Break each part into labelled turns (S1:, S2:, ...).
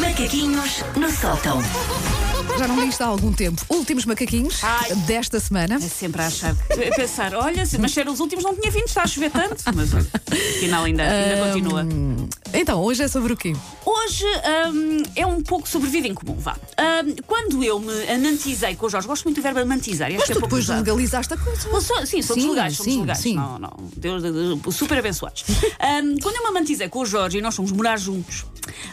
S1: Macaquinhos no sótão.
S2: Já não li isto há algum tempo. Últimos macaquinhos
S3: Ai.
S2: desta semana.
S3: É sempre a achar, a pensar, olha, se- mas se eram os últimos não tinha vindo, está a chover tanto. Mas olha, afinal ainda, ainda continua.
S2: Então, hoje é sobre o quê?
S3: Hoje hum, é um pouco sobre vida em comum, vá. Hum, quando eu me anantizei com o Jorge, gosto muito do verbo anantizar.
S2: Mas
S3: Este é
S2: tu
S3: pouco
S2: depois
S3: usado.
S2: legalizaste a coisa.
S3: Eu sou- sim, somos
S2: Sim,
S3: legais, somos
S2: sim,
S3: legais.
S2: sim.
S3: Não, não. Deus, Deus, Deus, super abençoados. Ahm, quando eu me amantizei com o Jorge e nós fomos morar juntos,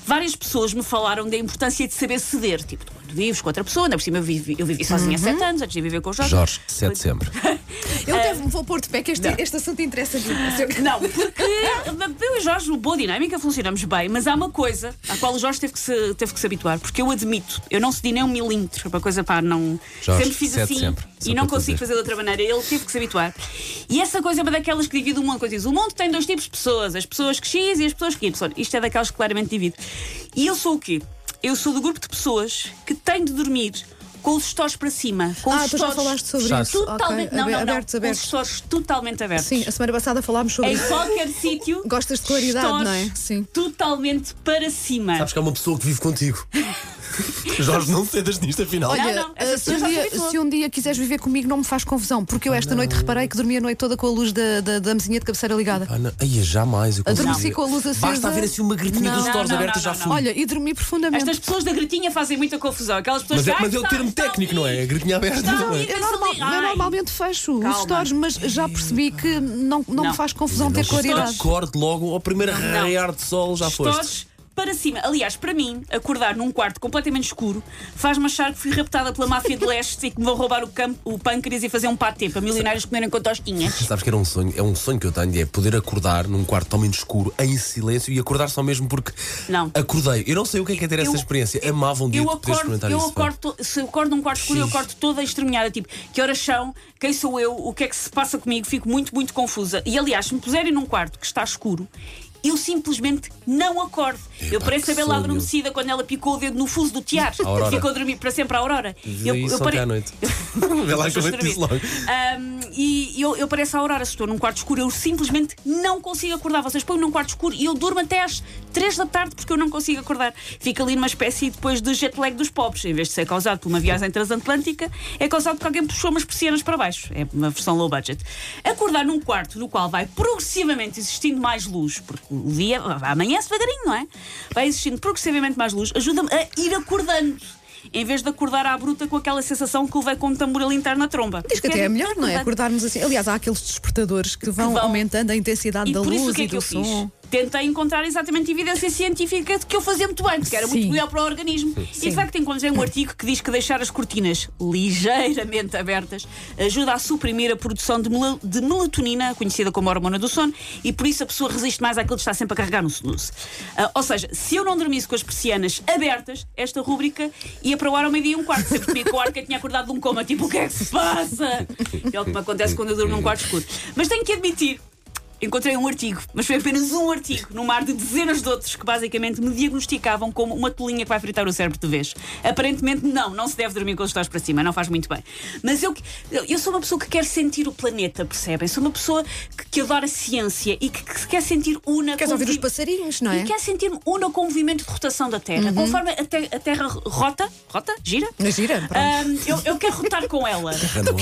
S3: várias pessoas me falaram da importância de saber ceder. Tipo, tu quando vives com outra pessoa, ainda por cima eu vivi, eu vivi sozinha há
S2: Uhum.
S3: sete anos antes de viver com o Jorge.
S4: Jorge, sete sempre.
S2: Eu até me vou pôr de pé que este, este assunto interessa muito.
S3: É. Ah, Não, porque eu e Jorge, boa dinâmica, funcionamos bem, mas há uma coisa à qual o Jorge teve que se, teve que se habituar, porque eu admito, eu não cedi nem um milímetro, uma coisa pá, não.
S4: Jorge,
S3: sempre fiz
S4: cede
S3: assim
S4: sempre, só
S3: e não
S4: para
S3: consigo
S4: dizer.
S3: fazer de outra maneira, ele teve que se habituar. E essa coisa é uma daquelas que divide o mundo, coisas. O mundo tem dois tipos de pessoas, as pessoas que X e as pessoas que Y. Isto é daquelas que claramente divide. E eu sou o quê? Eu sou do grupo de pessoas que tem de dormir com os estores para cima, com
S2: Ah,
S3: os
S2: tu já
S3: estores
S2: falaste sobre
S4: Já
S2: isso.
S3: totalmente
S2: Ok,
S3: não, não, não,
S2: abertos,
S3: com os
S2: abertos.
S3: estores totalmente abertos
S2: Sim, a semana passada falámos sobre
S3: em
S2: isso.
S3: qualquer sítio.
S2: Gostas de claridade,
S3: estores
S2: não é? Sim.
S3: Totalmente para cima.
S4: Sabes que é uma pessoa que vive contigo. Jorge, não cedas nisto, afinal.
S2: Olha,
S3: Não, não,
S2: eh,
S3: essa
S2: se, um
S3: pessoa já se
S2: dia,
S3: habituou.
S2: se um dia quiseres viver comigo, não me faz confusão, porque eu esta noite reparei que dormi a noite toda com a luz da, da, da mesinha de cabeceira ligada.
S4: Ah, não. Ai, jamais. Eu
S2: Adormeci
S4: conseguia.
S2: com a luz acesa.
S4: Basta haver assim uma gritinha
S2: Não,
S4: dos
S2: não,
S4: stores
S3: não,
S4: abertos,
S3: não,
S4: já
S3: não.
S4: fui.
S2: Olha, e dormi profundamente.
S3: Estas pessoas da gritinha fazem muita confusão. Aquelas pessoas
S4: mas é,
S3: que,
S4: mas
S3: "Ai,
S4: é o
S3: está-
S4: termo
S3: está
S4: técnico,
S3: ali."
S4: não é? A gritinha aberta.
S3: Está
S4: não é?
S3: ali.
S2: Eu, normal- eu
S3: Ai.
S2: normalmente fecho os
S3: Calma.
S2: stories, mas já percebi que não, não,
S3: Não.
S2: me faz confusão ter
S4: Não,
S2: claridade.
S4: Acorde logo ao primeiro raiar de sol, já foste.
S3: Estores para cima. Aliás, para mim, acordar num quarto completamente escuro faz-me achar que fui raptada pela máfia de leste e que me vão roubar o, campo, o pâncreas e fazer um patê para milionários comerem com tostinhas.
S4: Sabes que era um sonho, é um sonho que eu tenho, é poder acordar num quarto totalmente escuro, em silêncio, e acordar só mesmo porque
S3: Não.
S4: acordei. Eu não sei o que é que é ter essa experiência. Amava um dia
S3: Eu
S4: de poder
S3: acordo,
S4: experimentar
S3: eu
S4: isso. pá.
S3: acordo, to- se eu acordo num quarto escuro, eu acordo toda estremeada, tipo, que horas são, quem sou eu, o que é que se passa comigo, fico muito, muito confusa. E aliás, se me puserem num quarto que está escuro, eu simplesmente não acordo. eu
S4: Epá,
S3: pareço a
S4: que
S3: Bela
S4: sonho.
S3: adormecida quando ela picou o dedo no fuso do tiar.
S4: Aurora.
S3: Ficou a dormir para sempre a Aurora.
S4: Vê isso ontem à noite. Vê lá como é que disse logo.
S3: Um, e eu, eu pareço a Aurora, se estou num quarto escuro, eu simplesmente não consigo acordar. Vocês põem-me num quarto escuro e eu durmo até às 3 da tarde porque eu não consigo acordar. Fico ali numa espécie depois de jet lag dos pobres. Em vez de ser causado por uma viagem transatlântica, é causado porque alguém puxou umas persianas para baixo. É uma versão low budget. Acordar num quarto no qual vai progressivamente existindo mais luz, porque o dia amanhece devagarinho, não é? Vai existindo progressivamente mais luz, ajuda-me a ir acordando. Em vez de acordar à bruta com aquela sensação que levei com um tamboril interno na tromba.
S2: Diz que até é
S3: Quero
S2: melhor, não é?
S3: acordar.
S2: Acordarmos assim. Aliás, há aqueles despertadores que vão,
S3: vão.
S2: aumentando a intensidade
S3: E
S2: da
S3: por
S2: luz
S3: isso o que
S2: e
S3: é
S2: do
S3: que eu
S2: som.
S3: fiz? Tentei encontrar exatamente evidência científica de que eu fazia muito bem, porque era
S2: Sim.
S3: muito melhor para o organismo. E de facto encontrei um artigo que diz que deixar as cortinas ligeiramente abertas ajuda a suprimir a produção de, mela- de melatonina, conhecida como hormona do sono, e por isso a pessoa resiste mais àquilo que está sempre a carregar no snooze. Ah, ou seja, se eu não dormisse com as persianas abertas, esta rúbrica ia para o ar ao meio-dia e um quarto. Sempre comigo com o ar que eu tinha acordado de um coma, tipo, o que é que se passa? É o que me acontece quando eu durmo num quarto escuro. Mas tenho que admitir Encontrei um artigo, mas foi apenas um artigo, no mar de dezenas de outros que basicamente me diagnosticavam como uma tolinha que vai fritar o cérebro de vez. Aparentemente, não, não se deve dormir com os estás para cima, não faz muito bem. Mas eu, eu- eu sou uma pessoa que quer sentir o planeta, percebem? Sou uma pessoa que, que adora ciência e que, que se quer sentir una
S2: Queres
S3: com o
S2: ouvir os
S3: vi-
S2: passarinhos, não é?
S3: e quer sentir-me una com o movimento de rotação da
S2: Uhum.
S3: Terra. Conforme a, te- a Terra rota, rota, gira?
S2: Mas gira, pronto.
S3: Ahm, eu, eu quero rotar com ela.
S4: Random.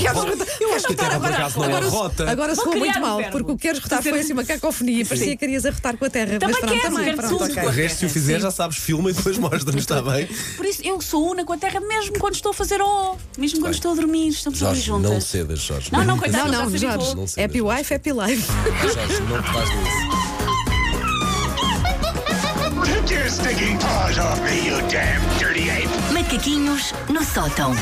S2: Eu
S4: acho Então, que a Terra, por acaso, não é
S2: Então agora,
S4: rota.
S2: Agora
S3: Vou
S2: soou
S3: criar
S2: muito
S3: um
S2: mal,
S3: verbo. um
S2: porque o que queres rotar foi assim uma cacofonia. Parecia que querias arrotar com a terra.
S3: Também
S2: mas pronto,
S3: quero,
S2: também,
S3: quero
S2: pronto,
S3: tudo.
S2: ok.
S4: O resto, se o fizer, já sabes, filma e depois mostra-nos, está bem?
S3: Por isso, eu sou una com a Terra mesmo quando estou a fazer oh, mesmo quando estou a dormir, estamos ali
S4: Jorge,
S3: juntas.
S4: não cedas, Jorge.
S3: Não, não,
S2: Não,
S3: coitado,
S2: não,
S3: Tá, já É se
S2: Jorge.
S3: habituou.
S4: Não sei,
S2: Happy
S4: mas-
S2: wife, happy life.
S4: Jorge, não te faz isso.
S5: Take your stinking paws off me, you damn dirty ape!
S1: Macaquinhos no sótão.